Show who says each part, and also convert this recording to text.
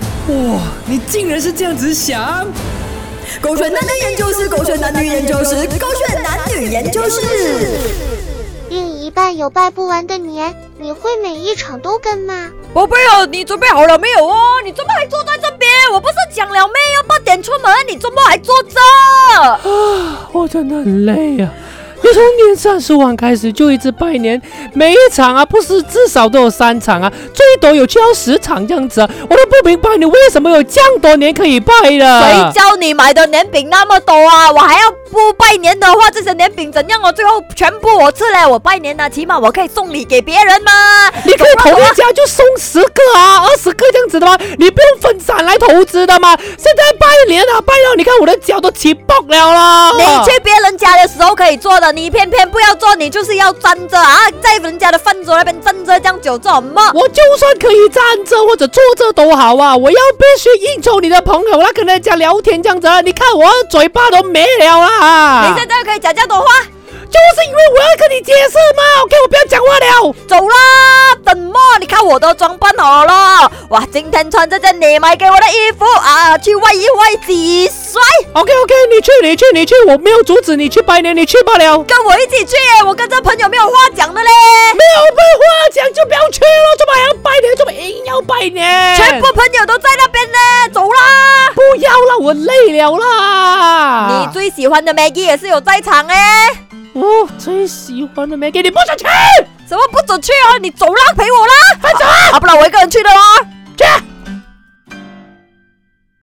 Speaker 1: 哇，你竟然是这样子想！
Speaker 2: 狗选男女研究室，狗选男女研究室，狗选男女研究室。
Speaker 3: 另一半有拜不完的年，你会每一场都跟吗？
Speaker 4: 宝贝哦，你准备好了没有哦？你怎么还坐在这边？我不是讲了没要八点出门，你怎么还坐着？
Speaker 5: 啊，我真的很累啊！你从年三十晚开始就一直拜年，每一场啊，不是至少都有三场啊，最多有去到十场这样子啊，我都不明白你为什么有这样多年可以拜
Speaker 4: 谁
Speaker 5: 的。
Speaker 4: 叫你买的年饼那么多啊？我还要不拜年的话，这些年饼怎样？我最后全部我吃了。我拜年呢、起码我可以送礼给别人嘛。
Speaker 5: 你可以投一家就送十个啊，二十个这样子的吗？你不用分散来投资的吗？现在拜年啊，拜到你看我的脚都起爆了啦！
Speaker 4: 你去别人家的时候可以做的，你偏偏不要做，你就是要站着啊，在人家的饭桌那边站着，这样久做什么？
Speaker 5: 我就算可以站着或者坐着都好啊，我要必须应酬你的朋友啦，跟人家聊天这样子啊。你看我嘴巴都没了啊啦，
Speaker 4: 你现在可以讲这样多话，
Speaker 5: 就是因为我要跟你解释嘛。OK，我不要讲话了。
Speaker 4: 走啦！等么？你看我都装扮好了，哇，今天穿这件你买给我的衣服啊，去外一外几帅，
Speaker 5: OK OK，你去你去你去，我没有阻止你去拜年，你去罢了。没
Speaker 4: 跟我一起去耶！我跟这朋友没有话讲的嘞，
Speaker 5: 有被话讲就不要去了，做嘛还要拜年，做嘛硬要拜年？
Speaker 4: 全部朋友都在那边呢，走啦！
Speaker 5: 不要了，我累了啦。
Speaker 4: 你最喜欢的 Maggie 也是有在场哎，
Speaker 5: 哦，最喜欢的没给你不准去，
Speaker 4: 怎么不准去哦？你走啦，陪我啦！快走啊！啊，不然我一个人去的咯。
Speaker 5: 去。